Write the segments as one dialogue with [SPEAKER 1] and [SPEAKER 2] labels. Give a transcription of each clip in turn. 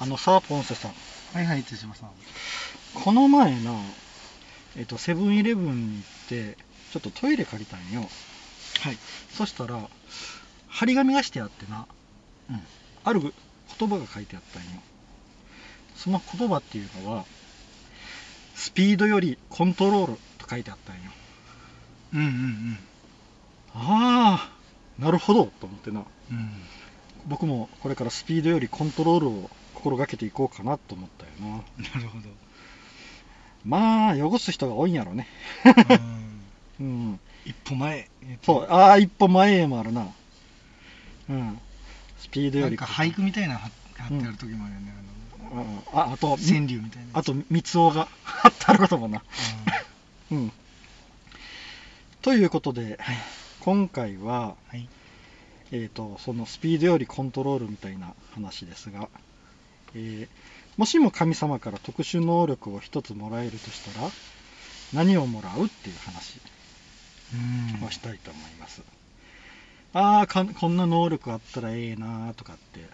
[SPEAKER 1] あのさあポンセさん
[SPEAKER 2] はいはい、手島さん。
[SPEAKER 1] この前なえっとセブンイレブンに行ってちょっとトイレ借りたんよ
[SPEAKER 2] はい。
[SPEAKER 1] そしたら張り紙がしてあってな
[SPEAKER 2] うん。
[SPEAKER 1] ある言葉が書いてあったんよその言葉っていうのはスピードよりコントロールと書いてあったんよ
[SPEAKER 2] うんうん
[SPEAKER 1] ああなるほどと思ってな
[SPEAKER 2] うん。うん。
[SPEAKER 1] 僕もこれからスピードよりコントロールを心がけていこうかなと思ったよな
[SPEAKER 2] なるほど。
[SPEAKER 1] まあ汚す人が多いんやろね
[SPEAKER 2] うん
[SPEAKER 1] う ん
[SPEAKER 2] 一歩前。えっ
[SPEAKER 1] そ
[SPEAKER 2] と
[SPEAKER 1] うああ一歩前へもあるなうんスピードよ
[SPEAKER 2] な
[SPEAKER 1] り
[SPEAKER 2] んか俳句みたいなの貼貼ってある時もあるよね。
[SPEAKER 1] うんああ
[SPEAKER 2] あの
[SPEAKER 1] と
[SPEAKER 2] 川柳みたいなやつ。
[SPEAKER 1] あと三尾が あったることもなうんということで
[SPEAKER 2] はい
[SPEAKER 1] 今回は
[SPEAKER 2] うんはい。
[SPEAKER 1] えー、とそのスピードよりコントロールみたいな話ですが、えーもしも神様から特殊能力を一つもらえるとしたら何をもらうっていう話
[SPEAKER 2] うん
[SPEAKER 1] をしたいと思います、ああかんこんな能力あったらええなーとかって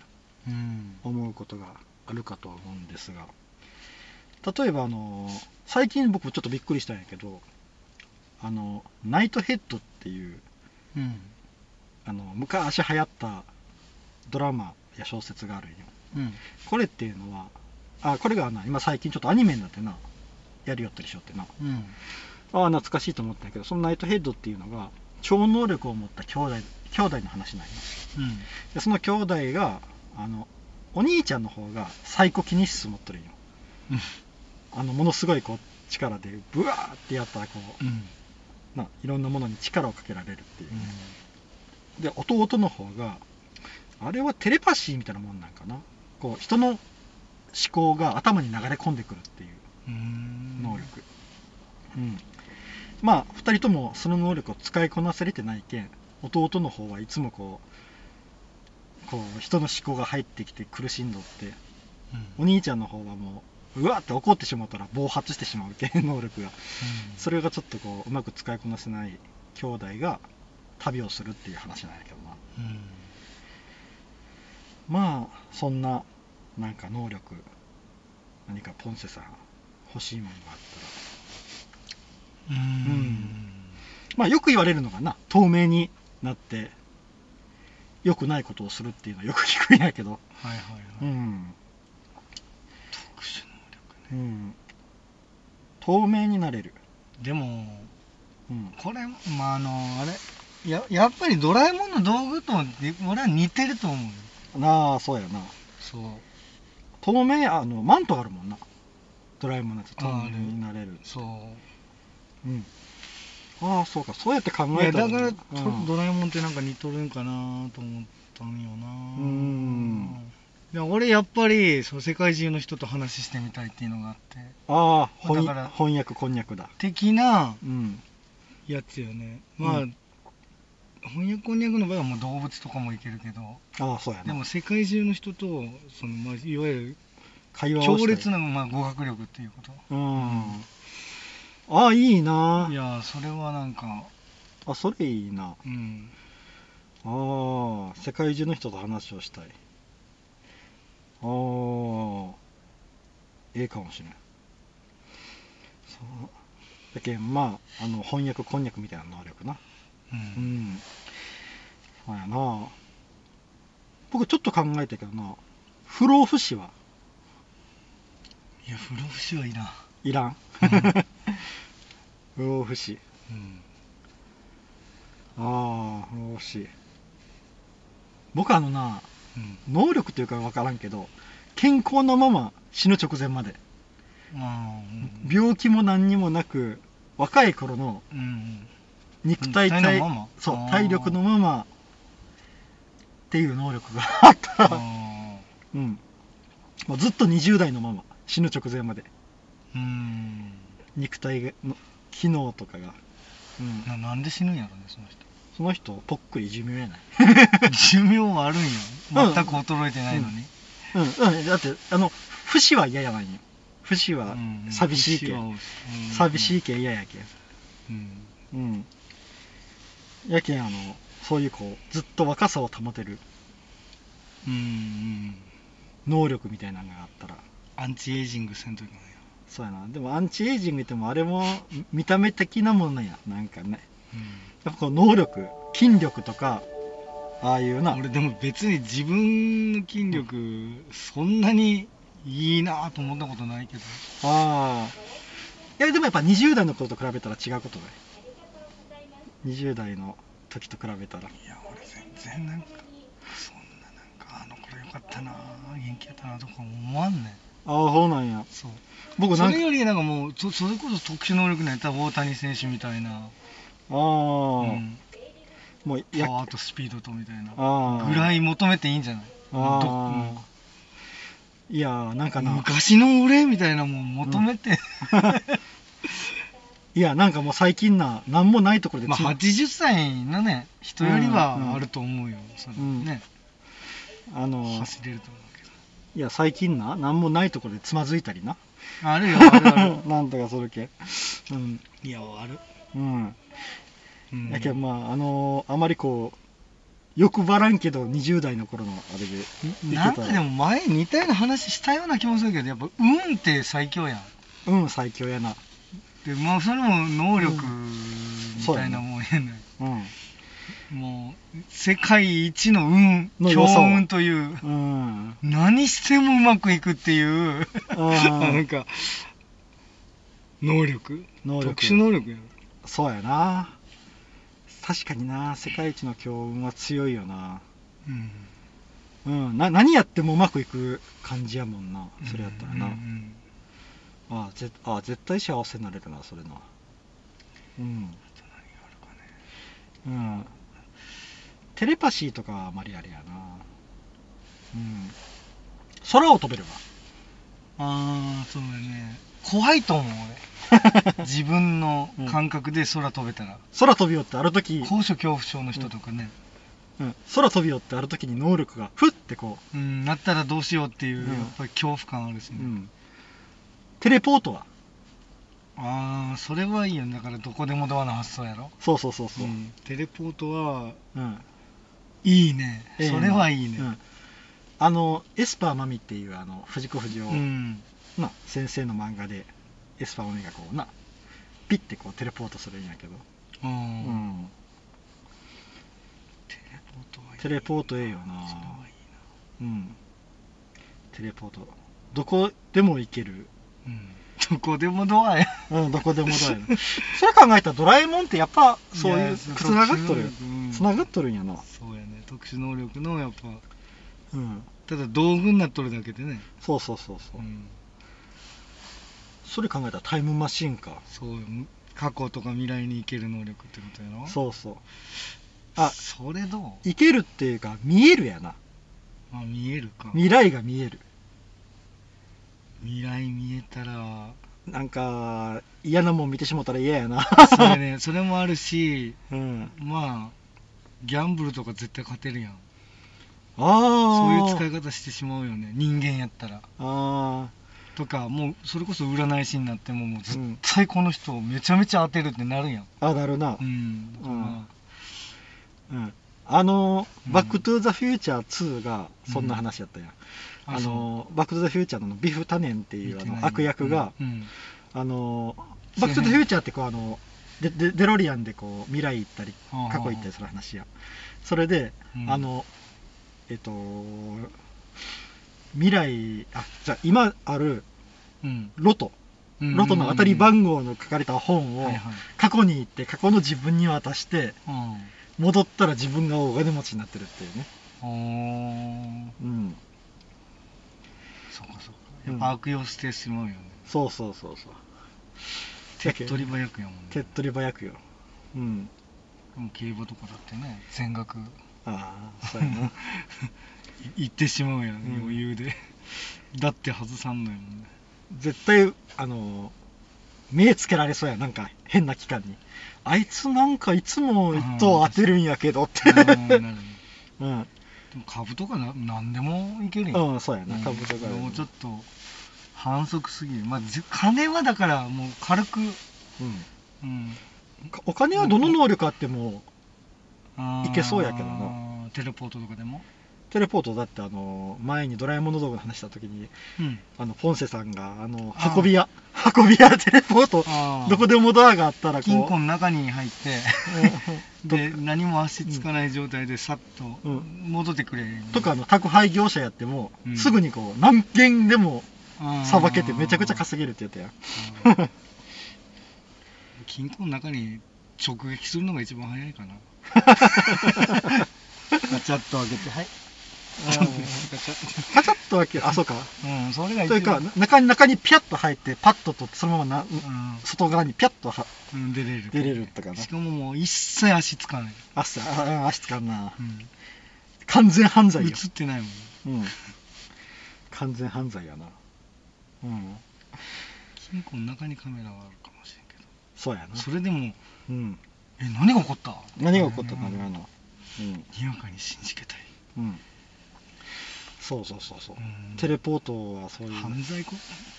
[SPEAKER 2] うん。
[SPEAKER 1] 思うことがあるかと思うんですが例えばあのー最近僕ちょっとびっくりしたんやけどあのナイトヘッドっていう
[SPEAKER 2] うん。
[SPEAKER 1] あの昔流行ったドラマや小説があるんよ
[SPEAKER 2] うん。
[SPEAKER 1] これっていうのはあこれがな今最近ちょっとアニメになってなやるよったりしよってな
[SPEAKER 2] うん。
[SPEAKER 1] あ懐かしいと思ったんやけどそのナイトヘッドっていうのが超能力を持った兄弟兄弟の話なんよ
[SPEAKER 2] うん。
[SPEAKER 1] でその兄弟があのお兄ちゃんの方がサイコキネシス持ってるんよ
[SPEAKER 2] うん
[SPEAKER 1] あのものすごいこう力でブワーってやったらこう、
[SPEAKER 2] うん。
[SPEAKER 1] ないろんなものに力をかけられるっていう、で弟の方があれはテレパシーみたいなもんなんかなこう人の思考が頭に流れ込んでくるっていう
[SPEAKER 2] うん。
[SPEAKER 1] 能力うん、まあ2人ともその能力を使いこなせれてないけん弟の方はいつもこうこう人の思考が入ってきて苦しんどって
[SPEAKER 2] うん。
[SPEAKER 1] お兄ちゃんの方はもううわーって怒ってしまったら暴発してしまうけん能 力が
[SPEAKER 2] うん
[SPEAKER 1] それがちょっとこううまく使いこなせない兄弟が旅をするっていう話なんやけどな
[SPEAKER 2] うん。
[SPEAKER 1] まあそんななんか能力何かポンセさん欲しいものがあった
[SPEAKER 2] うん
[SPEAKER 1] らまあよく言われるのがな透明になって良くないことをするっていうのはよく聞くんやけど
[SPEAKER 2] はいはいはい。
[SPEAKER 1] うん、
[SPEAKER 2] 特殊能力ね。
[SPEAKER 1] うん、透明になれる
[SPEAKER 2] でも、
[SPEAKER 1] うん
[SPEAKER 2] これ、まあ、あの、あれ、ややっぱりドラえもんの道具とね俺は似てると思うよ
[SPEAKER 1] なあそうやな
[SPEAKER 2] そう。
[SPEAKER 1] 透明あのマントあるもんなドラえもんのやつ透
[SPEAKER 2] ああ
[SPEAKER 1] 明
[SPEAKER 2] る
[SPEAKER 1] になれる
[SPEAKER 2] そう。
[SPEAKER 1] うんああそうかそうやって考
[SPEAKER 2] い
[SPEAKER 1] え
[SPEAKER 2] や、
[SPEAKER 1] たら
[SPEAKER 2] だから、
[SPEAKER 1] ね
[SPEAKER 2] と
[SPEAKER 1] うん
[SPEAKER 2] ドラえもんってなんか似とるんかなと思ったんよな
[SPEAKER 1] うん。
[SPEAKER 2] でも俺やっぱりそう世界中の人と話してみたいっていうのがあって
[SPEAKER 1] ああ
[SPEAKER 2] だ
[SPEAKER 1] 翻
[SPEAKER 2] から
[SPEAKER 1] 翻訳こんにゃくだ
[SPEAKER 2] 的な
[SPEAKER 1] うん
[SPEAKER 2] やつよねまあ、
[SPEAKER 1] うん
[SPEAKER 2] 翻訳こんにゃくの場合はもう動物とかもいけるけど
[SPEAKER 1] ああそうやな
[SPEAKER 2] でも世界中の人とその、まあ、いわゆる
[SPEAKER 1] 会話をしたい
[SPEAKER 2] 強烈な、まあ、語学力っていうこと
[SPEAKER 1] うんあいいない
[SPEAKER 2] やーそれはなんか
[SPEAKER 1] あそれいいな
[SPEAKER 2] うん
[SPEAKER 1] あー世界中の人と話をしたいあーええかもしれんそうだけんまああの翻訳こんにゃくみたいな能力な
[SPEAKER 2] う
[SPEAKER 1] うんんそうやな僕ちょっと考えたけどな不老不死はい
[SPEAKER 2] や不老不死はいいな、
[SPEAKER 1] いらん 不老不死
[SPEAKER 2] うん、
[SPEAKER 1] ああ不老不死僕あのな能力というか分からんけど健康なまま死ぬ直前まで、
[SPEAKER 2] まあうん
[SPEAKER 1] 病気も何にもなく若い頃の
[SPEAKER 2] うん
[SPEAKER 1] 肉体
[SPEAKER 2] うん
[SPEAKER 1] 体
[SPEAKER 2] 体のまま
[SPEAKER 1] そう
[SPEAKER 2] あー
[SPEAKER 1] 体力のままっていう能力が あったら、
[SPEAKER 2] あ
[SPEAKER 1] うん、もうずっと20代のまま死ぬ直前まで
[SPEAKER 2] ーうん
[SPEAKER 1] 肉体の機能とかが、うん
[SPEAKER 2] ななんで死ぬんやろねその人
[SPEAKER 1] その人ぽっくり寿命やない
[SPEAKER 2] 寿命はあるんや全く衰えてないのに、
[SPEAKER 1] うん、うん、だってあの不死は嫌やないんよ不死は
[SPEAKER 2] うん
[SPEAKER 1] 寂しいけ、
[SPEAKER 2] うん
[SPEAKER 1] ん、寂しいけん嫌やけん
[SPEAKER 2] うん
[SPEAKER 1] うん。やけん、あの、そういうこう、ずっと若さを保てる
[SPEAKER 2] うん
[SPEAKER 1] 能力みたいなのがあったら
[SPEAKER 2] アンチエイジングせんときもね
[SPEAKER 1] そうやなでもアンチエイジングってもあれもみ見た目的なものやなんかねやっぱこう能力筋力とかああいうな
[SPEAKER 2] 俺でも別に自分の筋力そんなにいいなと思ったことないけど
[SPEAKER 1] ああいやでもやっぱ20代の頃と比べたら違うことだよ20代の時と比べたら
[SPEAKER 2] いや俺全然なんかそんななんかあの頃よかったな元気やったなとか思わんねん
[SPEAKER 1] ああそうなんや
[SPEAKER 2] そう
[SPEAKER 1] 僕
[SPEAKER 2] そ
[SPEAKER 1] なん
[SPEAKER 2] れ
[SPEAKER 1] か
[SPEAKER 2] よりなんかもうそそれこそ特殊能力のやったら大谷選手みたいな、
[SPEAKER 1] ああ、
[SPEAKER 2] うん、
[SPEAKER 1] もう
[SPEAKER 2] パ
[SPEAKER 1] や
[SPEAKER 2] ワーとスピードとみたいな
[SPEAKER 1] ああ
[SPEAKER 2] ぐらい求めていいんじゃない
[SPEAKER 1] あ
[SPEAKER 2] ど
[SPEAKER 1] あいやーなんか
[SPEAKER 2] うん
[SPEAKER 1] な
[SPEAKER 2] 昔の俺みたいなもん求めて、
[SPEAKER 1] いやなんかもう最近な何もないところでつ
[SPEAKER 2] まあ80歳のね人より
[SPEAKER 1] うんう
[SPEAKER 2] は
[SPEAKER 1] ん
[SPEAKER 2] あると思うよ、それ
[SPEAKER 1] うん
[SPEAKER 2] ね、
[SPEAKER 1] あのー
[SPEAKER 2] 走れると思うけど
[SPEAKER 1] いや最近な何もないところでつまずいたりな
[SPEAKER 2] あるよあ るある
[SPEAKER 1] なんとかするけうん
[SPEAKER 2] いやある、
[SPEAKER 1] うん、
[SPEAKER 2] うん
[SPEAKER 1] やけんまああのーあまりこうよくばらんけど20代の頃のあれで
[SPEAKER 2] なんかでも前に似たような話したような気もするけどやっぱ運って最強やん
[SPEAKER 1] うん最強やな
[SPEAKER 2] でまあそれも能力みたいな
[SPEAKER 1] うん
[SPEAKER 2] もんやね、
[SPEAKER 1] うん
[SPEAKER 2] もう世界一の運
[SPEAKER 1] の
[SPEAKER 2] 強
[SPEAKER 1] 良さを
[SPEAKER 2] 運という
[SPEAKER 1] うん
[SPEAKER 2] 何してもうまくいくっていうなんか能力
[SPEAKER 1] 能力
[SPEAKER 2] 特殊能力やろ
[SPEAKER 1] そうやな確かにな世界一の強運は強いよな
[SPEAKER 2] うん
[SPEAKER 1] うんな何やってもうまくいく感じやもんなそれやったらな、
[SPEAKER 2] うんうん
[SPEAKER 1] あぜあ絶対幸せになれるなそれなうん
[SPEAKER 2] あと何があるかね
[SPEAKER 1] うんテレパシーとかはあまりあれやなうん空を飛べる
[SPEAKER 2] ああそうだね怖いと思う
[SPEAKER 1] わ
[SPEAKER 2] 俺自分の
[SPEAKER 1] うん
[SPEAKER 2] 感覚で空飛べたら、
[SPEAKER 1] 空飛びよってある時、
[SPEAKER 2] 高所恐怖症の人とかね、
[SPEAKER 1] うん、空飛びよってある時に能力がふってこ
[SPEAKER 2] うんなったらどうしようっていう、
[SPEAKER 1] うん
[SPEAKER 2] やっぱり恐怖感あるし
[SPEAKER 1] う、
[SPEAKER 2] ね、
[SPEAKER 1] うん、テレポートは
[SPEAKER 2] ああそれはいいよねだからどこでもドアの発想やろ、
[SPEAKER 1] そうそうそうそう、
[SPEAKER 2] うんテレポートは
[SPEAKER 1] うん
[SPEAKER 2] いいね、
[SPEAKER 1] ええ
[SPEAKER 2] それはいいね
[SPEAKER 1] うんあのエスパーマミっていうあの藤子不二雄、
[SPEAKER 2] うん、
[SPEAKER 1] な先生の漫画でエスパーマミがこうなピッてこうテレポートするんやけど、
[SPEAKER 2] う
[SPEAKER 1] うんん、
[SPEAKER 2] テレポートはいい
[SPEAKER 1] テレポートええよ
[SPEAKER 2] それ
[SPEAKER 1] な
[SPEAKER 2] はい
[SPEAKER 1] うんテレポートどこでも行ける、
[SPEAKER 2] いな、うん、どこでもドアや
[SPEAKER 1] うん、どこでもドアやな それ考えたらドラえもんってやっぱそう
[SPEAKER 2] い
[SPEAKER 1] い
[SPEAKER 2] や
[SPEAKER 1] うつながっとる
[SPEAKER 2] うん
[SPEAKER 1] つながっとるんやな
[SPEAKER 2] そうやね特殊能力のやっぱ
[SPEAKER 1] うん
[SPEAKER 2] ただ道具になっとるだけでね、
[SPEAKER 1] そうそうそうそう、
[SPEAKER 2] うん、
[SPEAKER 1] それ考えたらタイムマシンか
[SPEAKER 2] そうよ過去とか未来に行ける能力ってことやろ
[SPEAKER 1] そうそう
[SPEAKER 2] あ
[SPEAKER 1] あ
[SPEAKER 2] それどう
[SPEAKER 1] 行けるっていうか見えるやな
[SPEAKER 2] あ見えるか
[SPEAKER 1] 未来が見える
[SPEAKER 2] 未来見えた ら
[SPEAKER 1] なんか嫌なもん見てしもたら嫌やな
[SPEAKER 2] それねそれもあるし
[SPEAKER 1] うん
[SPEAKER 2] まあギャンブルとか絶対勝てるやん
[SPEAKER 1] ああ
[SPEAKER 2] そういう使
[SPEAKER 1] い
[SPEAKER 2] い方してしまうよね人間やったら
[SPEAKER 1] あ
[SPEAKER 2] とかもうそれこそ占い師になってももう絶対この人をめちゃめちゃ当てるってなるやん
[SPEAKER 1] ーあなるな
[SPEAKER 2] う、ん、だから
[SPEAKER 1] うんうん、あの
[SPEAKER 2] う
[SPEAKER 1] 「
[SPEAKER 2] ん
[SPEAKER 1] バック・トゥ・ザ・フューチャー2」がそんな話やったやん、
[SPEAKER 2] あ
[SPEAKER 1] あのバック・トゥ・ザ・フューチャーのビフ・タネンっていうあ
[SPEAKER 2] 見てない
[SPEAKER 1] の悪役が、
[SPEAKER 2] うん
[SPEAKER 1] あの
[SPEAKER 2] そう
[SPEAKER 1] バック・トゥ・ザ・フューチャーってこうあのデデデロリアンでこう未来行ったり
[SPEAKER 2] はあ
[SPEAKER 1] 過去行ったりする話やそれで、
[SPEAKER 2] うん
[SPEAKER 1] あのえっと未来あじゃあ今ある
[SPEAKER 2] うん
[SPEAKER 1] ロト
[SPEAKER 2] うん
[SPEAKER 1] ロトの当たり番号の書かれた本
[SPEAKER 2] は
[SPEAKER 1] を
[SPEAKER 2] いはい
[SPEAKER 1] 過去に行って過去の自分に渡して
[SPEAKER 2] うん
[SPEAKER 1] 戻ったら自分がお金持ちになってるっていうね、
[SPEAKER 2] おー
[SPEAKER 1] うん、
[SPEAKER 2] そうかそうか
[SPEAKER 1] うん
[SPEAKER 2] やっぱ悪用してしまうよね、
[SPEAKER 1] そうそうそうそう
[SPEAKER 2] 手っ取り早くやもんね
[SPEAKER 1] 手っ取り早くようん
[SPEAKER 2] でも競馬とかだってね全額
[SPEAKER 1] ああそうやな
[SPEAKER 2] い行ってしまうやん、
[SPEAKER 1] うん
[SPEAKER 2] 余裕でだって外さんのよね
[SPEAKER 1] 絶対あの目つけられそうやなんか変な期間にあいつなんかいつもと当てるんやけどって
[SPEAKER 2] なるほどなるほ
[SPEAKER 1] う
[SPEAKER 2] ど
[SPEAKER 1] ん、
[SPEAKER 2] でも株とかな何でもいけるやん
[SPEAKER 1] うん、そうやな株とか
[SPEAKER 2] う
[SPEAKER 1] よ
[SPEAKER 2] ん
[SPEAKER 1] り
[SPEAKER 2] もうちょっと反則すぎるまあぜ金はだからもう軽く
[SPEAKER 1] うん
[SPEAKER 2] うん
[SPEAKER 1] かお金はどの能力あっても
[SPEAKER 2] あー
[SPEAKER 1] いけそうやけどな
[SPEAKER 2] テレポートとかでも
[SPEAKER 1] テレポートだってあの前にドラえもんの道具の話した時に
[SPEAKER 2] うん
[SPEAKER 1] あのポンセさんがあの
[SPEAKER 2] あー
[SPEAKER 1] 運び屋運び屋テレポート
[SPEAKER 2] あー
[SPEAKER 1] どこでもドアがあったらこう
[SPEAKER 2] 金庫の中に入って
[SPEAKER 1] うん
[SPEAKER 2] で何も足つかない状態でさっと
[SPEAKER 1] うん
[SPEAKER 2] 戻ってくれる
[SPEAKER 1] とかあの宅配業者やっても、
[SPEAKER 2] うん
[SPEAKER 1] すぐにこう何件でもさばけてめちゃくちゃ
[SPEAKER 2] す
[SPEAKER 1] 稼げるって言った
[SPEAKER 2] あ
[SPEAKER 1] やん
[SPEAKER 2] 金庫の中に直撃するのが一番早いかなガチャッと開けてはいガチャッ
[SPEAKER 1] ガチャッと開けるあそうか
[SPEAKER 2] とうんそれが一番
[SPEAKER 1] というか中に中にピャッと入ってパッと取ってそのままな
[SPEAKER 2] うん
[SPEAKER 1] 外側にピャッとは
[SPEAKER 2] うん出れる
[SPEAKER 1] 出れるとかな
[SPEAKER 2] しかももう一切足つかない、
[SPEAKER 1] 足あ足使うな
[SPEAKER 2] うん
[SPEAKER 1] 完全犯罪
[SPEAKER 2] 映
[SPEAKER 1] よ
[SPEAKER 2] ってないもん
[SPEAKER 1] うん完全犯罪やなうん
[SPEAKER 2] 金庫の中にカメラがあるかもしれんけど
[SPEAKER 1] そうやな
[SPEAKER 2] それでも
[SPEAKER 1] うん
[SPEAKER 2] 「え何が起こった?」
[SPEAKER 1] 何が起こったかあれ
[SPEAKER 2] う
[SPEAKER 1] なんのうん
[SPEAKER 2] にわかに信じけたい、
[SPEAKER 1] うんそうそうそうそう
[SPEAKER 2] うん
[SPEAKER 1] テレポートはそういう
[SPEAKER 2] 犯罪こ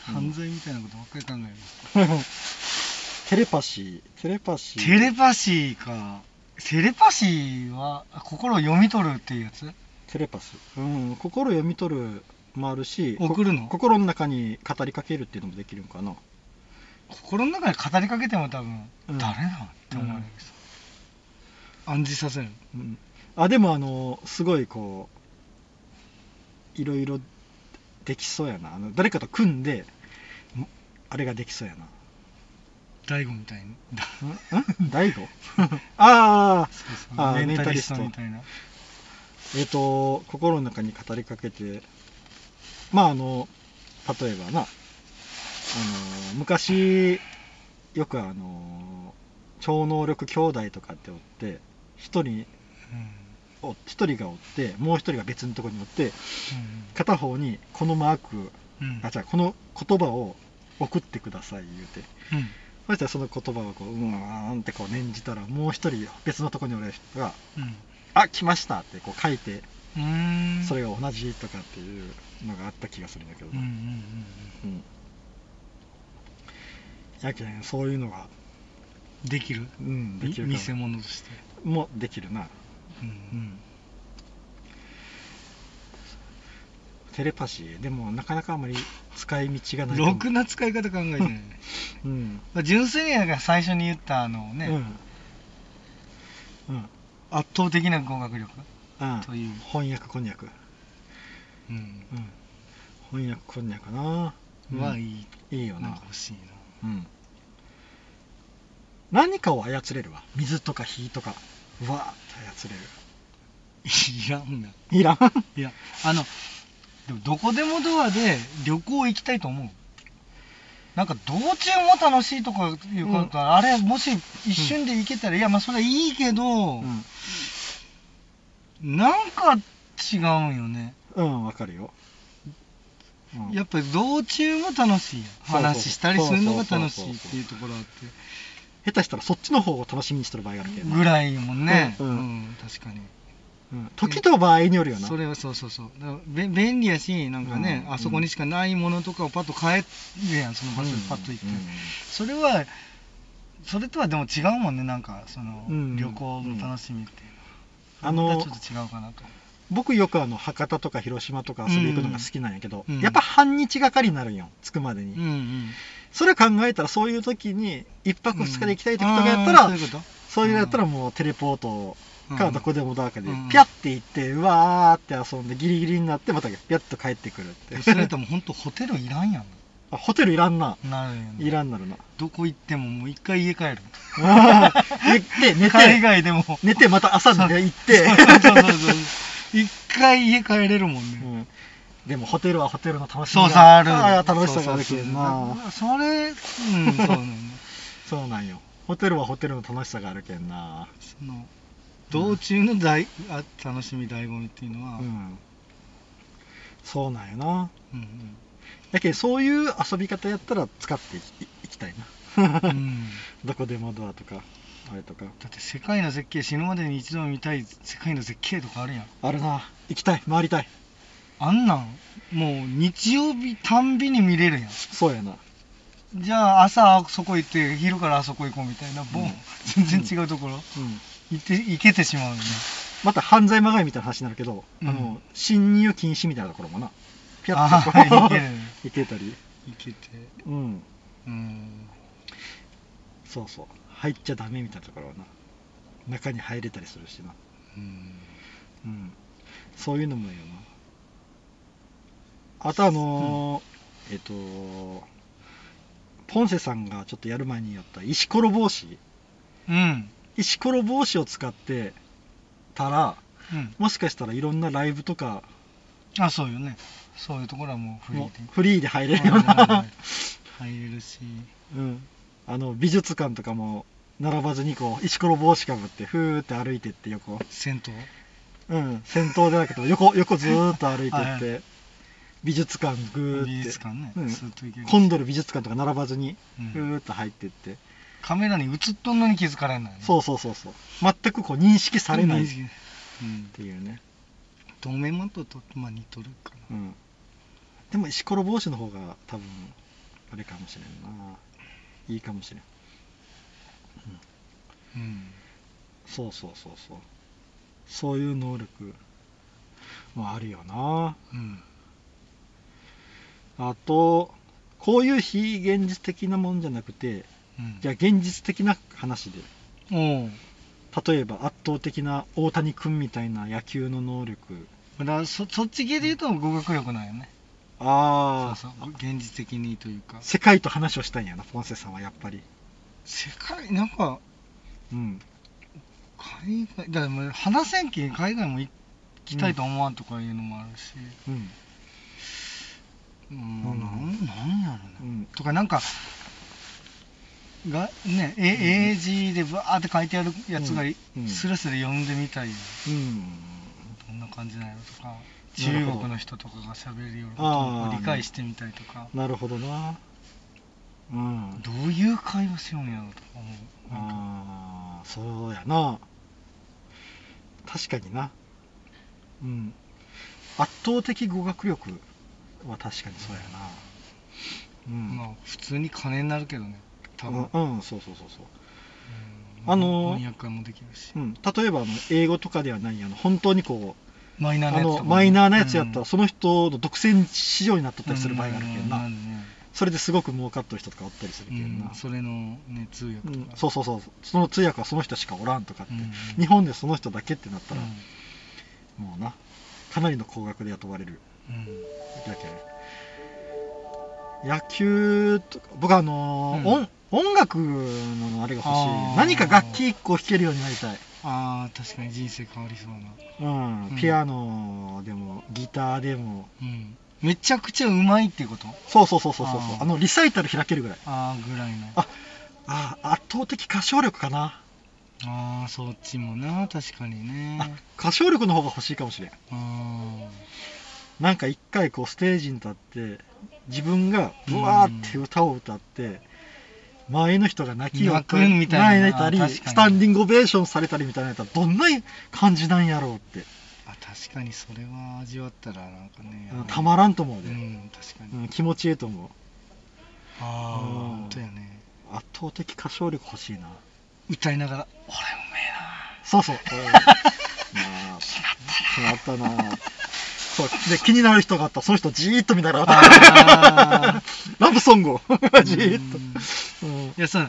[SPEAKER 2] 犯罪みたいなことばっかり考える
[SPEAKER 1] テレパシーテレパシー
[SPEAKER 2] テレパシーか。テレパシーはあ心を読み取るっていうやつ
[SPEAKER 1] テレパス、うん、心読み取るもあるし
[SPEAKER 2] 送るの
[SPEAKER 1] こ心の中に語りかけるっていうのもできるんかな
[SPEAKER 2] 心の中で語りかけても多分、
[SPEAKER 1] うん
[SPEAKER 2] 誰なのって思われるさ、暗示させる。
[SPEAKER 1] うん、あでもあのすごいこういろいろできそうやなあの誰かと組んでもあれができそうやな
[SPEAKER 2] 大悟みたいに。
[SPEAKER 1] んん大 悟 ああ
[SPEAKER 2] そう
[SPEAKER 1] あ
[SPEAKER 2] そう
[SPEAKER 1] ー
[SPEAKER 2] メンタリスト
[SPEAKER 1] メン
[SPEAKER 2] み
[SPEAKER 1] タ
[SPEAKER 2] たいな。
[SPEAKER 1] えっ、と心の中に語りかけてまああの例えばなあの昔よくあの超能力兄弟とかっておって一人
[SPEAKER 2] うんうん
[SPEAKER 1] お一人がおってもう一人が別のところにおって片方にこのマーク
[SPEAKER 2] うんうん
[SPEAKER 1] あじゃあこの言葉を送ってください言うて
[SPEAKER 2] うん
[SPEAKER 1] そしたらその言葉をこううーんってこう念じたらもう一人別のとこにおる人が
[SPEAKER 2] うん
[SPEAKER 1] 「あ来ました」ってこう書いて
[SPEAKER 2] うーん
[SPEAKER 1] それが同じとかっていうのがあった気がするんだけど
[SPEAKER 2] うんうんうん
[SPEAKER 1] うんやけんそういうのが
[SPEAKER 2] うんできる
[SPEAKER 1] うんで
[SPEAKER 2] み
[SPEAKER 1] きる
[SPEAKER 2] 偽
[SPEAKER 1] か
[SPEAKER 2] 物として、
[SPEAKER 1] もできるな
[SPEAKER 2] うん
[SPEAKER 1] うんテレパシーでもなかなかあまり使い道がないと思
[SPEAKER 2] ろ
[SPEAKER 1] う
[SPEAKER 2] くな使い方考えてないね
[SPEAKER 1] うん
[SPEAKER 2] まあ純粋にが最初に言ったあのね、
[SPEAKER 1] うん、うん
[SPEAKER 2] 圧倒的な語学力、
[SPEAKER 1] うん
[SPEAKER 2] という
[SPEAKER 1] 翻訳こんにゃく、
[SPEAKER 2] うん
[SPEAKER 1] うん、翻訳こんにゃくな
[SPEAKER 2] は
[SPEAKER 1] うん
[SPEAKER 2] いい、
[SPEAKER 1] いいよ
[SPEAKER 2] なん
[SPEAKER 1] な
[SPEAKER 2] か、欲しいな
[SPEAKER 1] うん、何かを操れるわ水とか火とかうわーっと操れる
[SPEAKER 2] いらんない
[SPEAKER 1] らん
[SPEAKER 2] いやあのでもどこでもドアで旅行行きたいと思うなんか道中も楽しいとかいうことは、あれもし一瞬で行けたら、いやまあそれはいいけど、なんか違うんよね、
[SPEAKER 1] うんわかるよ、うん
[SPEAKER 2] やっぱり道中も楽しいやん
[SPEAKER 1] そうそう
[SPEAKER 2] 話したりするのが楽し
[SPEAKER 1] そうそうそう
[SPEAKER 2] いっ
[SPEAKER 1] そう
[SPEAKER 2] ていうところあって
[SPEAKER 1] 下手したらそっちの方を楽しみにしてる場合があるけどな
[SPEAKER 2] ぐらいもんね、
[SPEAKER 1] う
[SPEAKER 2] うんん
[SPEAKER 1] うん
[SPEAKER 2] 確かに
[SPEAKER 1] うん時と場合によるよな
[SPEAKER 2] それはそうそうそうだからべ便利やしなんかね、
[SPEAKER 1] うん
[SPEAKER 2] あそこにしかないものとかをパッと買えるやんその場所にパッと行って、
[SPEAKER 1] うん
[SPEAKER 2] それはそれとはでも違うもんねなんかその、
[SPEAKER 1] うん
[SPEAKER 2] 旅行の楽しみっていう
[SPEAKER 1] あ
[SPEAKER 2] のは、
[SPEAKER 1] の
[SPEAKER 2] またちょっと違うかなと
[SPEAKER 1] 僕よくあの博多とか広島とか遊び行くのが好きなんやけど、
[SPEAKER 2] うん
[SPEAKER 1] やっぱ半日がかりになるんよ着くまでに、
[SPEAKER 2] うんうん
[SPEAKER 1] それ考えたらそういう時に1泊2日で行きたい時とかやったら、
[SPEAKER 2] あーそういうこと
[SPEAKER 1] そういうのやったらもうテレポートからどこでもどかで
[SPEAKER 2] うん
[SPEAKER 1] ピャッて行ってうわーって遊んでギリギリになってまたピャッと帰ってくるって
[SPEAKER 2] それとも本当ホテルいらんやん
[SPEAKER 1] あホテルいらんな
[SPEAKER 2] なるよ
[SPEAKER 1] い
[SPEAKER 2] ね
[SPEAKER 1] らんなるな
[SPEAKER 2] どこ行ってももう一回家帰 る
[SPEAKER 1] 寝て寝
[SPEAKER 2] 海
[SPEAKER 1] て
[SPEAKER 2] 外でも
[SPEAKER 1] 寝てまた朝にね行って、
[SPEAKER 2] そうそうそう一回家帰れるもんね、
[SPEAKER 1] うんでもホテルはホテルの楽しみ
[SPEAKER 2] そう
[SPEAKER 1] が
[SPEAKER 2] さある
[SPEAKER 1] あー楽しさがあるけどな
[SPEAKER 2] そうそうそうそれうんそうなの、ね、
[SPEAKER 1] そうなんよホテルはホテルの楽しさがあるけんな
[SPEAKER 2] その道中のだいあ楽しみ醍醐味っていうのは、
[SPEAKER 1] う
[SPEAKER 2] うん
[SPEAKER 1] んそうなんよな
[SPEAKER 2] うん
[SPEAKER 1] だけどそういう遊び方やったら使っていいいきたいな、
[SPEAKER 2] うん、
[SPEAKER 1] どこでもドアとかあれとか
[SPEAKER 2] だって世界の絶景死ぬまでに一度は見たい世界の絶景とかあるやん
[SPEAKER 1] あるな行きたい回りたい
[SPEAKER 2] あんなんもう日曜日たんびに見れるやん
[SPEAKER 1] そうやな
[SPEAKER 2] じゃあ朝あそこ行って昼からあそこ行こうみたいなもう、
[SPEAKER 1] うん
[SPEAKER 2] 全然違うところ、
[SPEAKER 1] うん
[SPEAKER 2] 行って行けてしまうよね
[SPEAKER 1] また犯罪まがいみたいな話になるけど、
[SPEAKER 2] うん
[SPEAKER 1] あの侵入禁止みたいなところもなピャ
[SPEAKER 2] あ
[SPEAKER 1] ッと
[SPEAKER 2] ー
[SPEAKER 1] こ
[SPEAKER 2] いけるね
[SPEAKER 1] ういけたり
[SPEAKER 2] いけて
[SPEAKER 1] うん
[SPEAKER 2] うん
[SPEAKER 1] そうそう入っちゃダメみたいなところはな中に入れたりするしな
[SPEAKER 2] うん
[SPEAKER 1] うんそういうのもいいよなあとあのーえっ、とポンセさんがちょっとやる前にやった石ころ帽子
[SPEAKER 2] うん
[SPEAKER 1] 石ころ帽子を使ってたら
[SPEAKER 2] うん
[SPEAKER 1] もしかしたらいろんなライブとか
[SPEAKER 2] あそうよねそういうところはもうフリ
[SPEAKER 1] も
[SPEAKER 2] ーで
[SPEAKER 1] フリーで入れるような、
[SPEAKER 2] 入れるし
[SPEAKER 1] うん、あの美術館とかも並ばずにこう石ころ帽子かぶってふーって歩いてって横、
[SPEAKER 2] 銭湯
[SPEAKER 1] うん、先頭じゃなくても横横ずーっと歩いて
[SPEAKER 2] は
[SPEAKER 1] っ
[SPEAKER 2] いは
[SPEAKER 1] て美術館ぐーって
[SPEAKER 2] 美術館ね、
[SPEAKER 1] うん
[SPEAKER 2] ずっと行ける
[SPEAKER 1] コンドル美術館とか並ばずに
[SPEAKER 2] うん
[SPEAKER 1] ふーっと入ってって、
[SPEAKER 2] カメラに映っとんのに気づかれない、ね、
[SPEAKER 1] そううそうそうそう全くこう認識されないっ
[SPEAKER 2] うん
[SPEAKER 1] ていうね、
[SPEAKER 2] 透明マントと、まあ、似とるか
[SPEAKER 1] う
[SPEAKER 2] な
[SPEAKER 1] ん、でも石ころ帽子の方が多分あれかもしれんないいかもしれん
[SPEAKER 2] うん
[SPEAKER 1] そうそうそうそうそういう能力もあるよな
[SPEAKER 2] うん
[SPEAKER 1] あとこういう非現実的なもんじゃなくて
[SPEAKER 2] うん
[SPEAKER 1] じゃあ現実的な話で
[SPEAKER 2] おう
[SPEAKER 1] 例えば圧倒的な大谷君みたいな野球の能力
[SPEAKER 2] だからそそっち系で言うと語学力なんよねそ
[SPEAKER 1] あ
[SPEAKER 2] う
[SPEAKER 1] あ
[SPEAKER 2] そう現実的にというか
[SPEAKER 1] 世界と話をしたいんやなポンセさんはやっぱり
[SPEAKER 2] 世界なんか
[SPEAKER 1] うん
[SPEAKER 2] 海外だからもう話せんけん海外も行きたいと思わんとかいうのもあるし、
[SPEAKER 1] うん
[SPEAKER 2] うん
[SPEAKER 1] うん
[SPEAKER 2] なんなんやろね、
[SPEAKER 1] うん
[SPEAKER 2] とかなんかがね、え英字でバーって書いてあるやつがい
[SPEAKER 1] うんうん
[SPEAKER 2] スラスラ読んでみたいよ
[SPEAKER 1] うん
[SPEAKER 2] どんな感じなのとか
[SPEAKER 1] なるほど
[SPEAKER 2] 中国の人とかが喋るような
[SPEAKER 1] あー
[SPEAKER 2] ことを理解してみたりとか
[SPEAKER 1] なるほどなうん
[SPEAKER 2] どういう会話しようんやろとか思うなんか
[SPEAKER 1] ああそうやな確かになうん圧倒的語学力は確かにそうやなうん、
[SPEAKER 2] まあ普通に金になるけどね多分、
[SPEAKER 1] うんうんそうそうそうそう
[SPEAKER 2] うん
[SPEAKER 1] あのー
[SPEAKER 2] 翻訳もできるし、
[SPEAKER 1] うん、例えばあの英語とかではないあの本当にこう
[SPEAKER 2] マイナーな
[SPEAKER 1] あ
[SPEAKER 2] やつと
[SPEAKER 1] の
[SPEAKER 2] かも
[SPEAKER 1] マイナーなやつやった
[SPEAKER 2] う
[SPEAKER 1] ら
[SPEAKER 2] ん
[SPEAKER 1] その人の独占市場になっとったりする場合があるけん
[SPEAKER 2] う
[SPEAKER 1] な
[SPEAKER 2] るね
[SPEAKER 1] それですごく儲かっとる人とかおったりするけんな
[SPEAKER 2] うんそれの、ね、通訳と
[SPEAKER 1] う
[SPEAKER 2] か、
[SPEAKER 1] んそうそうそうその通訳はその人しかおらんとかって
[SPEAKER 2] うん
[SPEAKER 1] 日本でその人だけってなった
[SPEAKER 2] うん
[SPEAKER 1] らもうなかなりの高額で雇われる
[SPEAKER 2] うん
[SPEAKER 1] だけ野球とか僕あのー
[SPEAKER 2] う
[SPEAKER 1] 音
[SPEAKER 2] ん
[SPEAKER 1] 音楽のあれが欲し
[SPEAKER 2] あ
[SPEAKER 1] い
[SPEAKER 2] ー
[SPEAKER 1] 何か楽器1個弾けるようになりたい
[SPEAKER 2] あー確かに人生変わりそうな、
[SPEAKER 1] うん、
[SPEAKER 2] うん
[SPEAKER 1] ピアノでもギターでも
[SPEAKER 2] うん、めちゃくちゃうまいっていうこと
[SPEAKER 1] そうそうそうそうそう
[SPEAKER 2] あ
[SPEAKER 1] あ
[SPEAKER 2] ー
[SPEAKER 1] のリサイタル開けるぐらい
[SPEAKER 2] ああぐらいの
[SPEAKER 1] ああー圧倒的歌唱力かな、
[SPEAKER 2] ああそっちもな確かに
[SPEAKER 1] あ
[SPEAKER 2] ね
[SPEAKER 1] 歌唱力の方が欲しいかもしれん
[SPEAKER 2] あ
[SPEAKER 1] なんか一回こうステージに立って自分がブワーって歌を歌って、周りの人が泣きを
[SPEAKER 2] 泣くみたいな
[SPEAKER 1] 泣いた
[SPEAKER 2] あ
[SPEAKER 1] り
[SPEAKER 2] 確かに
[SPEAKER 1] スタンディングオベーションされたりみたいなやったらどんな感じなんやろうって、
[SPEAKER 2] ーあ確かにそれは味わったらなんかね
[SPEAKER 1] うんたまらんと思う
[SPEAKER 2] う
[SPEAKER 1] で、
[SPEAKER 2] ん確かに、
[SPEAKER 1] うん気持ちいいと思う
[SPEAKER 2] ああ
[SPEAKER 1] うん
[SPEAKER 2] 本当やね
[SPEAKER 1] 圧倒的歌唱力欲しいな
[SPEAKER 2] 歌いながら「俺うめ
[SPEAKER 1] そう そうまあ決まったなそうで気になる人があったらその人じーっと見ながら
[SPEAKER 2] あ
[SPEAKER 1] ラブソングをじ
[SPEAKER 2] えな
[SPEAKER 1] ーっ」と、うん
[SPEAKER 2] いやその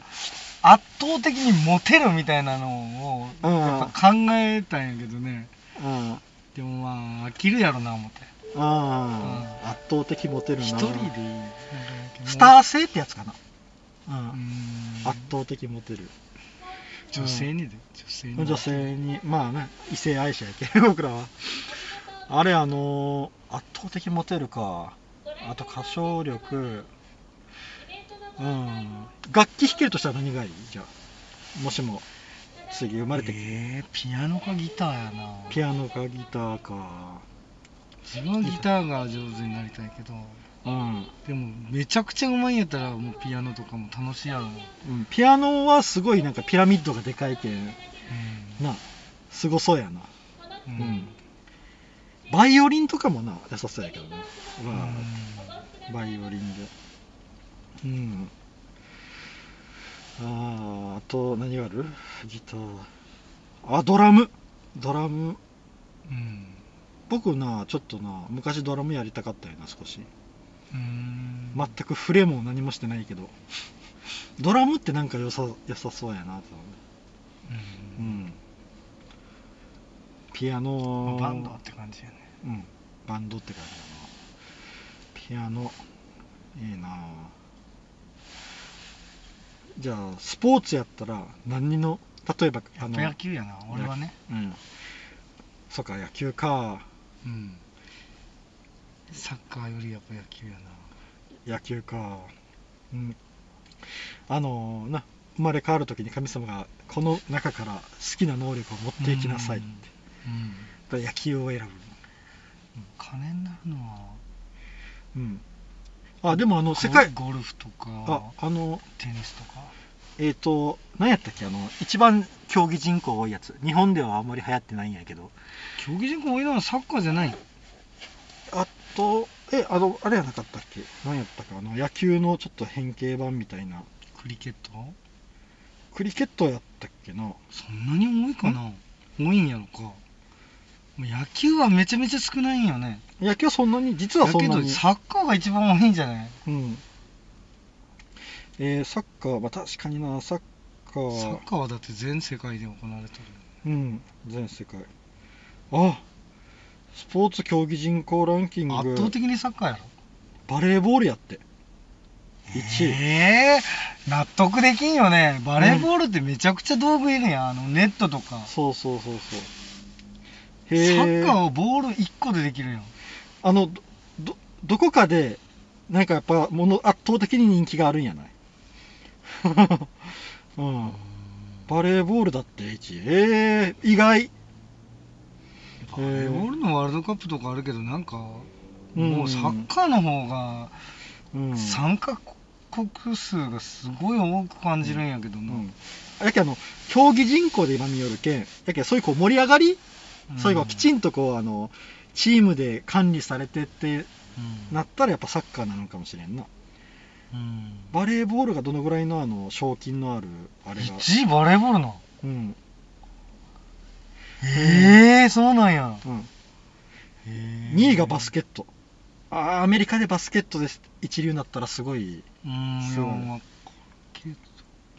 [SPEAKER 2] 圧倒的にモテるみたいなのを
[SPEAKER 1] うん
[SPEAKER 2] やっぱ考えたんやけどね
[SPEAKER 1] うん
[SPEAKER 2] でもまあ飽きるやろな思って
[SPEAKER 1] ああ、圧倒的モテるな
[SPEAKER 2] 一人でいい
[SPEAKER 1] スター性ってやつかな、うん
[SPEAKER 2] うん
[SPEAKER 1] 圧倒的モテる
[SPEAKER 2] 女性にで女性に
[SPEAKER 1] 女性にまあね異性愛者やけ 僕らはあれあのー圧倒的モテるかあと歌唱力うん楽器弾けるとしたら何がいいじゃあもしも次生まれて、
[SPEAKER 2] えーピアノかギターやな
[SPEAKER 1] ピアノかギターか
[SPEAKER 2] 自分はギターが上手になりたいけど
[SPEAKER 1] うん、
[SPEAKER 2] でもめちゃくちゃうまいんやったらもうピアノとかも楽しいやろな、うん、
[SPEAKER 1] うん、ピアノはすごいなんかピラミッドがでかいけんなすごそうやな
[SPEAKER 2] うん
[SPEAKER 1] うんバイオリンとかもな良さそうやけどね、
[SPEAKER 2] う
[SPEAKER 1] ま
[SPEAKER 2] ん
[SPEAKER 1] あ、バイオリンでうんあーあと何があるギターあドラムドラム
[SPEAKER 2] うん
[SPEAKER 1] 僕なちょっとな昔ドラムやりたかったよな少し
[SPEAKER 2] うん
[SPEAKER 1] 全く触れも何もしてないけどドラムってなんか良さ良さそうやなと
[SPEAKER 2] う
[SPEAKER 1] 思う、うんん、ピア
[SPEAKER 2] ま
[SPEAKER 1] ノ
[SPEAKER 2] あバンドって感じやね
[SPEAKER 1] うんバンドって感じだなピアノいいなあじゃあスポーツやったら何にの例えば
[SPEAKER 2] やっぱ野球やな俺はね
[SPEAKER 1] うんそっか野球か
[SPEAKER 2] うんサッカーよりやっぱ野球やな
[SPEAKER 1] 野球かうんあのな生まれ変わる時に神様がこの中から好きな能力を持っていきなさいって
[SPEAKER 2] うんうん
[SPEAKER 1] やっぱ野球を選ぶ
[SPEAKER 2] 金になるのは
[SPEAKER 1] うんあでもあの
[SPEAKER 2] ゴ
[SPEAKER 1] 世界
[SPEAKER 2] ゴルフとか
[SPEAKER 1] ああの
[SPEAKER 2] テニスとか
[SPEAKER 1] えっ、と何やったっけあの一番競技人口多いやつ日本ではあんまり流行ってないんやけど
[SPEAKER 2] 競技人口多いのはサッカーじゃない
[SPEAKER 1] あとえあのあれやなかったっけ何やったかあの野球のちょっと変形版みたいな
[SPEAKER 2] クリケット
[SPEAKER 1] クリケットやったっけな
[SPEAKER 2] そんなに多いかな多いんやろかもう野球はめちゃめちゃ少ないんよね
[SPEAKER 1] 野球はそんなに実はそんな
[SPEAKER 2] だけ
[SPEAKER 1] に
[SPEAKER 2] どサッカーが一番多いんじゃない
[SPEAKER 1] うんえーサッカー、まあ、確かにな、サッカ
[SPEAKER 2] サ
[SPEAKER 1] ー、
[SPEAKER 2] ッカーはだって全世界で行われてる
[SPEAKER 1] うん、全世界。あスポーツ競技人口ランキング、
[SPEAKER 2] 圧倒的にサッカーやろ
[SPEAKER 1] バレーボールやって、1位。
[SPEAKER 2] ええ納得できんよねバレーボールってめちゃくちゃ道具いるやんあのネットとか
[SPEAKER 1] そうそうそうそう。
[SPEAKER 2] サ
[SPEAKER 1] へえ
[SPEAKER 2] ッカーをボール1個でできるやん
[SPEAKER 1] あの、どど、どこかで、なんかやっぱ、もの、圧倒的に人気があるんやない うん。バレーボールだって1位。えー、意外。
[SPEAKER 2] バレーボールのワールドカップとかあるけどなんか
[SPEAKER 1] うん
[SPEAKER 2] もうサッカーの方が
[SPEAKER 1] うん
[SPEAKER 2] 参加国数がすごい多く感じるんやけどな、
[SPEAKER 1] うんやけあの競技人口で今見よるけんやけそういうこう盛り上がり、そういうこうきち
[SPEAKER 2] ん
[SPEAKER 1] んとこうあのチームで管理されてって
[SPEAKER 2] うん
[SPEAKER 1] なったらやっぱサッカーなのかもしれんな
[SPEAKER 2] うん
[SPEAKER 1] バレーボールがどのぐらいのあの賞金のあるあれが、
[SPEAKER 2] 1位バレーボールな
[SPEAKER 1] うん
[SPEAKER 2] ええそうなんや
[SPEAKER 1] うん、2
[SPEAKER 2] 2
[SPEAKER 1] 位がバスケットあーアメリカでバスケットです一流になったらすごい
[SPEAKER 2] うんいや
[SPEAKER 1] そう
[SPEAKER 2] まあけ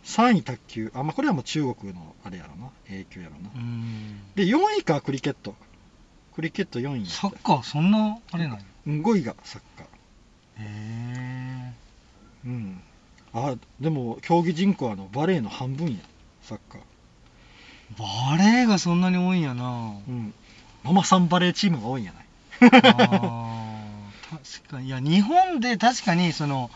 [SPEAKER 1] 3位卓球あまあこれはもう中国のあれやろな影響やろな
[SPEAKER 2] うん
[SPEAKER 1] で4位かクリケットクリケット4位や
[SPEAKER 2] サ
[SPEAKER 1] っ
[SPEAKER 2] ッカーそんなあれなんや
[SPEAKER 1] て5位がサッカー
[SPEAKER 2] へ
[SPEAKER 1] うん、あでも競技人口はあのバレーの半分やサッカー、
[SPEAKER 2] えバレーがそんなに多いんやな
[SPEAKER 1] うん、ママさんバレーチームが多いんやない、
[SPEAKER 2] あー確かにいや日本で確かにその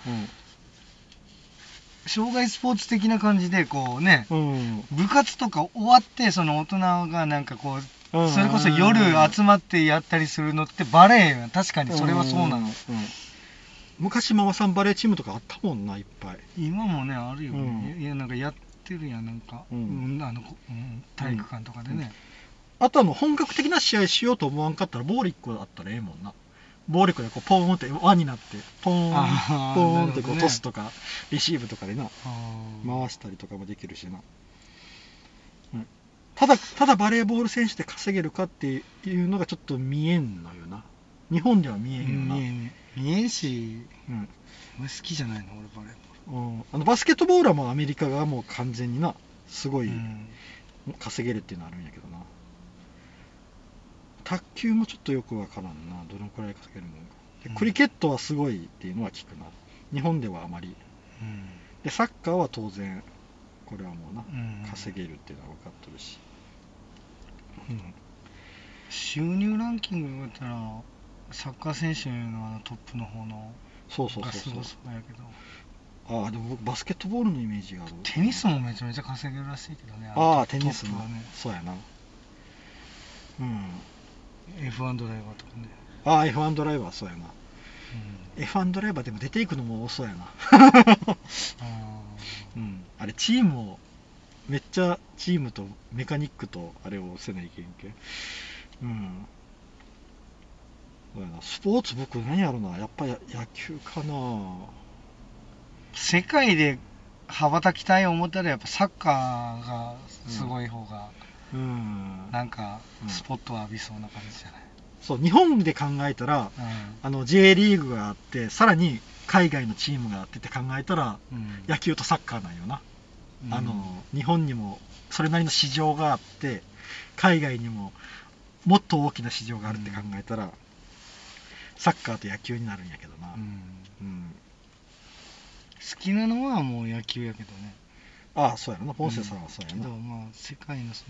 [SPEAKER 2] 障害スポーツ的な感じでこうね
[SPEAKER 1] うん
[SPEAKER 2] 部活とか終わってその大人がなんかこう
[SPEAKER 1] うん、
[SPEAKER 2] それこそ夜集まってやったりするのってバレエやん確か
[SPEAKER 1] うん
[SPEAKER 2] にそれはそうなの
[SPEAKER 1] 昔ママさんバレーチームとかあったもんないっぱい
[SPEAKER 2] 今もねあるよね、
[SPEAKER 1] う
[SPEAKER 2] いやなんかやってるやんなんか、
[SPEAKER 1] う
[SPEAKER 2] うんんあのこうん体育館とかでね、
[SPEAKER 1] あとあの本格的な試合しようと思わんかったらボール1個あったらええもんなボール1個でこうポーンって輪になってポーン
[SPEAKER 2] あー
[SPEAKER 1] ポーンってこ
[SPEAKER 2] なるほど
[SPEAKER 1] う
[SPEAKER 2] ね
[SPEAKER 1] トスとか、レシーブとかでな
[SPEAKER 2] あー
[SPEAKER 1] 回したりとかもできるしな、うん、ただただバレーボール選手で稼げるかっていうのがちょっと見えんのよな日本では見えんよな、
[SPEAKER 2] 見えんね見えんし
[SPEAKER 1] うん
[SPEAKER 2] 俺好きじゃないの俺バレー
[SPEAKER 1] うんあのバスケットボールはもうアメリカがもう完全になすご
[SPEAKER 2] ボー
[SPEAKER 1] い
[SPEAKER 2] ル、
[SPEAKER 1] 稼げるっていうのはあるんやけどな卓球もちょっとよくわからんなどのくらい稼げるもんかで
[SPEAKER 2] うん
[SPEAKER 1] クリケットはすごいっていうのは聞くな日本ではあまりでサッカーは当然これはもうな、
[SPEAKER 2] うん
[SPEAKER 1] 稼げるっていうのは分かっとるし、うん、
[SPEAKER 2] 収入ランキングだったらサッカー選手のあのトップの方の
[SPEAKER 1] そうそう
[SPEAKER 2] が
[SPEAKER 1] そ
[SPEAKER 2] すご
[SPEAKER 1] う
[SPEAKER 2] そ
[SPEAKER 1] そう
[SPEAKER 2] やけど
[SPEAKER 1] ああでも僕バスケットボールのイメージがある
[SPEAKER 2] テニスもめちゃめちゃ稼げるらしいけどねの
[SPEAKER 1] ああテニス
[SPEAKER 2] トッ
[SPEAKER 1] も、
[SPEAKER 2] プはね
[SPEAKER 1] そうやなうん
[SPEAKER 2] F1 ドライバーとかね、
[SPEAKER 1] ああ F1 ドライバーそうやな
[SPEAKER 2] うん
[SPEAKER 1] F1 ドライバーでも出ていくのも多そうやな、
[SPEAKER 2] あ
[SPEAKER 1] うん、あれチームをめっちゃチームとメカニックとあれをせないけんけんうんそうやなスポーツ僕何やろなやっぱや野球かな
[SPEAKER 2] ー世界で羽ばたきたい思ったらやっぱサッカーがすごい方が
[SPEAKER 1] うん
[SPEAKER 2] なんか
[SPEAKER 1] うん
[SPEAKER 2] スポットを浴びそうな感じじゃない、
[SPEAKER 1] そう日本で考えたらあの J リーグがあってさらに海外のチームがあってって考えたら
[SPEAKER 2] うん
[SPEAKER 1] 野球とサッカーなんよな、
[SPEAKER 2] うん
[SPEAKER 1] あの日本にもそれなりの市場があって海外にももっと大きな市場があるって考えたら、サッカーと野球になるんやけどな、
[SPEAKER 2] うん
[SPEAKER 1] うん
[SPEAKER 2] 好きなのはもう野球やけどね
[SPEAKER 1] ああそうやろなポンセさんはそうや
[SPEAKER 2] け
[SPEAKER 1] な、
[SPEAKER 2] どまあ世界のそ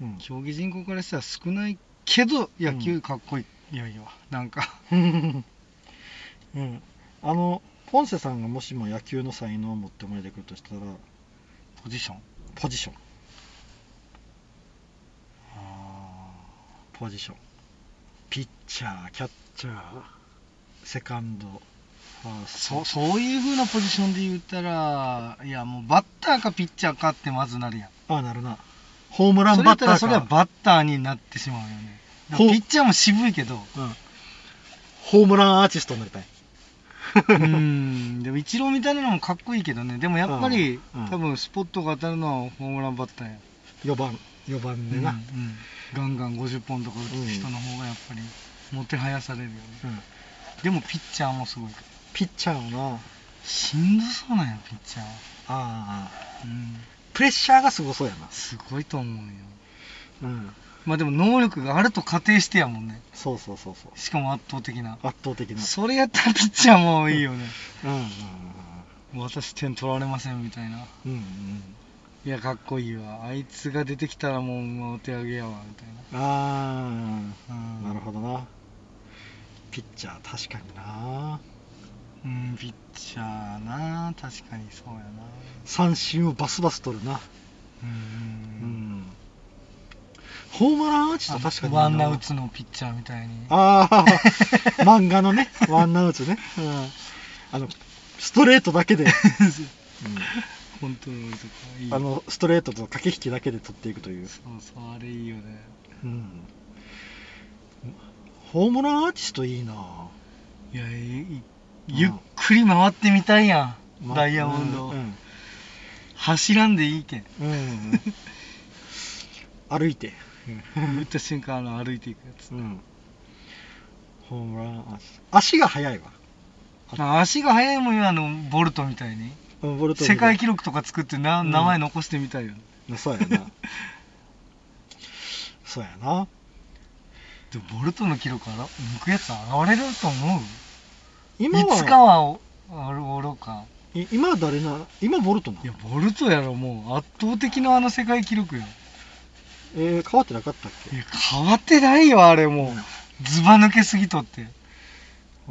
[SPEAKER 2] の
[SPEAKER 1] うん
[SPEAKER 2] 競技人口からしたら少ないけど野球かっこいい、いやいやなんか
[SPEAKER 1] うんうんあのポンセさんがもしも野球の才能を持って生まれてくるとしたら
[SPEAKER 2] ポジション
[SPEAKER 1] ポジション
[SPEAKER 2] あ
[SPEAKER 1] ポジションピッチャーキャッチャーセカンドファース
[SPEAKER 2] そ
[SPEAKER 1] ト
[SPEAKER 2] そういう風なポジションで言ったらいやもうバッターかピッチャーかってまずなるやん
[SPEAKER 1] ああなるなホームラン
[SPEAKER 2] それや
[SPEAKER 1] バッ
[SPEAKER 2] っ
[SPEAKER 1] ター
[SPEAKER 2] た
[SPEAKER 1] から
[SPEAKER 2] それはバッターになってしまうよねだか
[SPEAKER 1] ほう
[SPEAKER 2] らピッチャーも渋いけど
[SPEAKER 1] うん、ホームランアーティストになりたい
[SPEAKER 2] うーんでもイチローみたいなのもかっこいいけどねでもやっぱり、
[SPEAKER 1] うんうん
[SPEAKER 2] 多分スポットが当たるのはホームランバッターや
[SPEAKER 1] 4番4番でな、
[SPEAKER 2] うんうんガンガン50本とか打つ人の方がやっぱりもてはやされるよね、
[SPEAKER 1] うん
[SPEAKER 2] でもピッチャーもすごいから
[SPEAKER 1] ピッチャーもな
[SPEAKER 2] しんどそうなんやピッチャーは
[SPEAKER 1] ああ
[SPEAKER 2] うん
[SPEAKER 1] プレッシャーがすごそうやな
[SPEAKER 2] すごいと思うよ
[SPEAKER 1] うん
[SPEAKER 2] まあでも能力があると仮定してやもんね
[SPEAKER 1] そうそうそうそう
[SPEAKER 2] しかも圧倒的な
[SPEAKER 1] 圧倒的な
[SPEAKER 2] それやったらピッチャーもいいよね
[SPEAKER 1] うんうん
[SPEAKER 2] 私点取られませんみたいな
[SPEAKER 1] うんうんうん
[SPEAKER 2] いやかっこいいわあいつが出てきたらもうもうお手上げやわみたい
[SPEAKER 1] ああ、
[SPEAKER 2] うん
[SPEAKER 1] なるほどなピッチャー確かにな
[SPEAKER 2] なうんピッチャーな確かにそうやな
[SPEAKER 1] 三振をバスバス取るな
[SPEAKER 2] うん
[SPEAKER 1] ホームランアーチと確かにな
[SPEAKER 2] ワンアウトのピッチャーみたいに
[SPEAKER 1] ああ 漫画のねワンアウトね、うん、あのストレートだけで、
[SPEAKER 2] コントロールとかいい
[SPEAKER 1] あのストレートと駆け引きだけで取っていくという、
[SPEAKER 2] そうそうあれいいよね
[SPEAKER 1] うん、ホームランアーティストいいない
[SPEAKER 2] やいい
[SPEAKER 1] うん
[SPEAKER 2] ゆっくり回ってみたいやん、
[SPEAKER 1] ま
[SPEAKER 2] ダイヤモンドを、
[SPEAKER 1] うん
[SPEAKER 2] 走らんでいいけん
[SPEAKER 1] うんうん、歩いて、
[SPEAKER 2] 打った瞬間あの歩いていくやつ、
[SPEAKER 1] うん、ホームランアーティスト足が速いわ、
[SPEAKER 2] まあ足が速いもんよあのボルトみたいに
[SPEAKER 1] うん、ボルト
[SPEAKER 2] 世界記録とか作ってな、
[SPEAKER 1] うん
[SPEAKER 2] 名前残してみたいよね
[SPEAKER 1] まあそうやなそうやな
[SPEAKER 2] でもボルトの記録から抜くやつ現れると思う
[SPEAKER 1] 今はい
[SPEAKER 2] つかはおあるおろか
[SPEAKER 1] い今は誰な今ボルトない
[SPEAKER 2] やボルトやろもう圧倒的なあの世界記録よ
[SPEAKER 1] えー変わってなかったっ
[SPEAKER 2] い
[SPEAKER 1] け
[SPEAKER 2] や変わってないよあれもう、
[SPEAKER 1] うん
[SPEAKER 2] ずば抜けすぎとって
[SPEAKER 1] ああ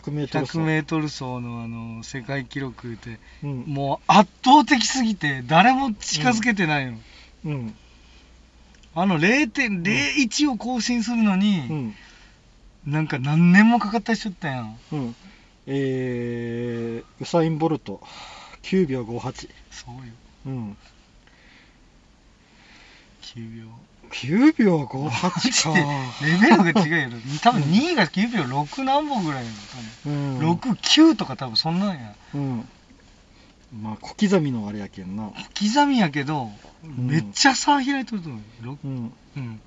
[SPEAKER 1] 100m 走
[SPEAKER 2] 100m 走のあの世界記録って
[SPEAKER 1] うん
[SPEAKER 2] もう圧倒的すぎて誰も近づけてないの、
[SPEAKER 1] うん
[SPEAKER 2] あの0.01を更新するの
[SPEAKER 1] う
[SPEAKER 2] に、
[SPEAKER 1] ん
[SPEAKER 2] なんか何年もかかったりしとったやん
[SPEAKER 1] うんえー、ウサイン・ボルト9秒58
[SPEAKER 2] そうよ
[SPEAKER 1] うん
[SPEAKER 2] 9秒
[SPEAKER 1] 9秒58 か
[SPEAKER 2] レベルが違うよ多分2位が9秒6何本ぐらいやろ
[SPEAKER 1] う
[SPEAKER 2] 多
[SPEAKER 1] ん
[SPEAKER 2] 分、69とか多分そんなんや
[SPEAKER 1] うんまあ小刻みのあれやけんな
[SPEAKER 2] 刻みやけど、
[SPEAKER 1] ん
[SPEAKER 2] めっちゃ差開いとると思うよ、
[SPEAKER 1] うん
[SPEAKER 2] ろうん、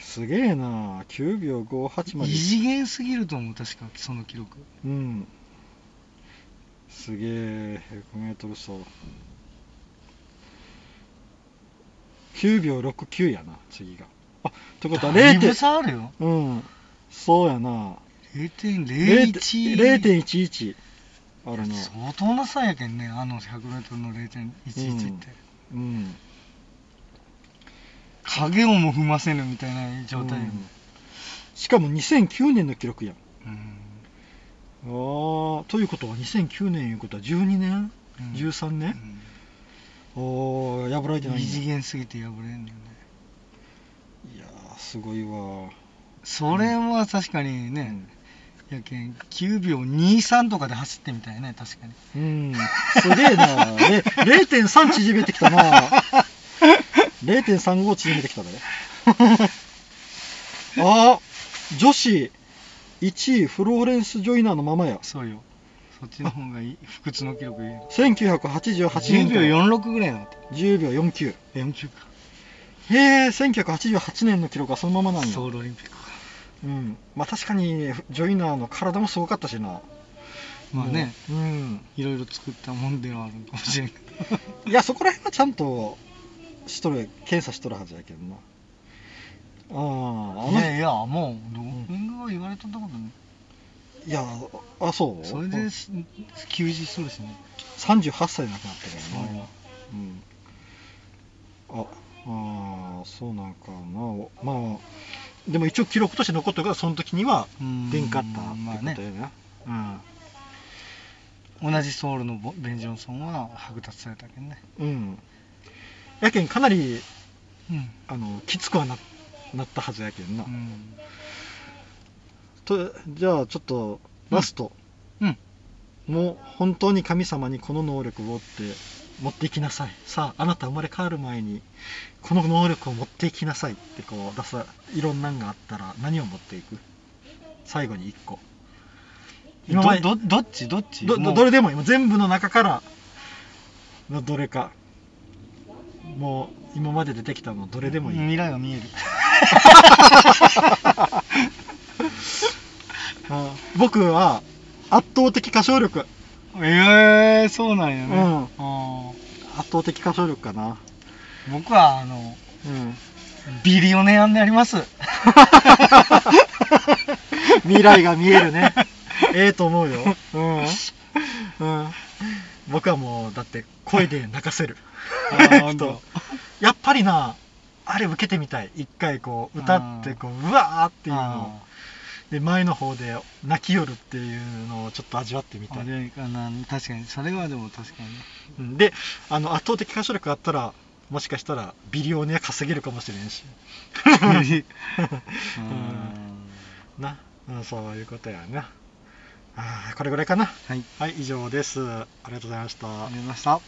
[SPEAKER 1] すげえな9秒58ま
[SPEAKER 2] 異
[SPEAKER 1] で
[SPEAKER 2] 次元すぎると思う確かその記録
[SPEAKER 1] うん。すげえ、100メートル走。9秒69やな、次が。あ、ってことは
[SPEAKER 2] だいぶ
[SPEAKER 1] 0.、
[SPEAKER 2] 差あるよ
[SPEAKER 1] うん。そうやな。
[SPEAKER 2] 0.01
[SPEAKER 1] 0.11あるな。
[SPEAKER 2] 相当な差やけんねあの 100m の0.11って、
[SPEAKER 1] うんうん。
[SPEAKER 2] 影をも踏ませぬみたいな状態よね
[SPEAKER 1] うんしかも2009年の記録やん。
[SPEAKER 2] うん
[SPEAKER 1] あーということは2009年いうことは12年、
[SPEAKER 2] うん
[SPEAKER 1] 13年、おー破られて
[SPEAKER 2] うん
[SPEAKER 1] ないん
[SPEAKER 2] 異
[SPEAKER 1] だ
[SPEAKER 2] 次元すぎて破れんのよね
[SPEAKER 1] いやーすごいわ
[SPEAKER 2] それは確かにね、やけん9秒23とかで走ってみたいね確かに
[SPEAKER 1] うん、すげえな。で、0.3縮めてきたな。0.35縮めてきたね。ああ、女子1位、フローレンス・ジョイナーのままや。
[SPEAKER 2] そうよそそっちの方が いい不屈の記録いいの
[SPEAKER 1] 1988年
[SPEAKER 2] 10秒
[SPEAKER 1] から
[SPEAKER 2] 46ぐらいなの
[SPEAKER 1] 10秒49
[SPEAKER 2] 49か
[SPEAKER 1] へえ1988年の記録はそのままなんだ
[SPEAKER 2] ソウルオリンピックか
[SPEAKER 1] うんまあ確かにジョイナーの体もすごかったしな
[SPEAKER 2] まあね
[SPEAKER 1] もううん
[SPEAKER 2] いろいろ作ったもんではあるのかもしれんけど
[SPEAKER 1] いやそこら辺はちゃんとしとる検査しとるはずやけどなあああ
[SPEAKER 2] い
[SPEAKER 1] の
[SPEAKER 2] やいやもうドーピングは言われとったことね
[SPEAKER 1] いやあそう
[SPEAKER 2] それでし休止しそうですね
[SPEAKER 1] 38歳で亡くなったから
[SPEAKER 2] すごいな
[SPEAKER 1] な、うん、ああーそうなんかなまあでも一応記録として残ったからその時には
[SPEAKER 2] うん
[SPEAKER 1] 出んかったって
[SPEAKER 2] まあ
[SPEAKER 1] ことや
[SPEAKER 2] ね
[SPEAKER 1] な、
[SPEAKER 2] 同じソウルのボベン・ジョンソンは剥奪されたけんね
[SPEAKER 1] うんうんやけんかなり
[SPEAKER 2] うん
[SPEAKER 1] あのきつくはななったはずやけんな、
[SPEAKER 2] うん
[SPEAKER 1] とじゃあちょっとラスト、
[SPEAKER 2] うん
[SPEAKER 1] もう本当に神様にこの能力をって持っていきなさいさああなた生まれ変わる前にこの能力を持っていきなさいってこう出すいろんなんがあったら何を持っていく最後に1個今まで
[SPEAKER 2] どどどっちどっち
[SPEAKER 1] ど
[SPEAKER 2] も
[SPEAKER 1] ど
[SPEAKER 2] う
[SPEAKER 1] どれでもいいもう全部の中からのどれかもう今まで出てきたのどれでもいい、
[SPEAKER 2] 未来が見える
[SPEAKER 1] あ僕は圧倒的歌唱力
[SPEAKER 2] ええそうなんやね、
[SPEAKER 1] うん
[SPEAKER 2] あ
[SPEAKER 1] 圧倒的歌唱力かな
[SPEAKER 2] ー僕はあの
[SPEAKER 1] うん
[SPEAKER 2] ビリオネアになります
[SPEAKER 1] 未来が見える ねええと思うようん、うん、僕はもうだって声で泣かせる
[SPEAKER 2] あーほん
[SPEAKER 1] 人
[SPEAKER 2] と
[SPEAKER 1] やっぱりなあれ受けてみたい一回こう歌ってこううわーっていうの
[SPEAKER 2] あ
[SPEAKER 1] をで前の方で泣きよるっていうのをちょっと味わってみ
[SPEAKER 2] ー
[SPEAKER 1] た
[SPEAKER 2] あ
[SPEAKER 1] い
[SPEAKER 2] れかな確かにそれはでも確かに
[SPEAKER 1] うんであの圧倒的歌唱力があったらもしかしたらビリオネア稼げるかもしれん し
[SPEAKER 2] う
[SPEAKER 1] うん
[SPEAKER 2] ん
[SPEAKER 1] な、うん、そういうことやなあーこれぐらいかな
[SPEAKER 2] はい
[SPEAKER 1] はい以上ですありがとうございました
[SPEAKER 2] ありがとうございました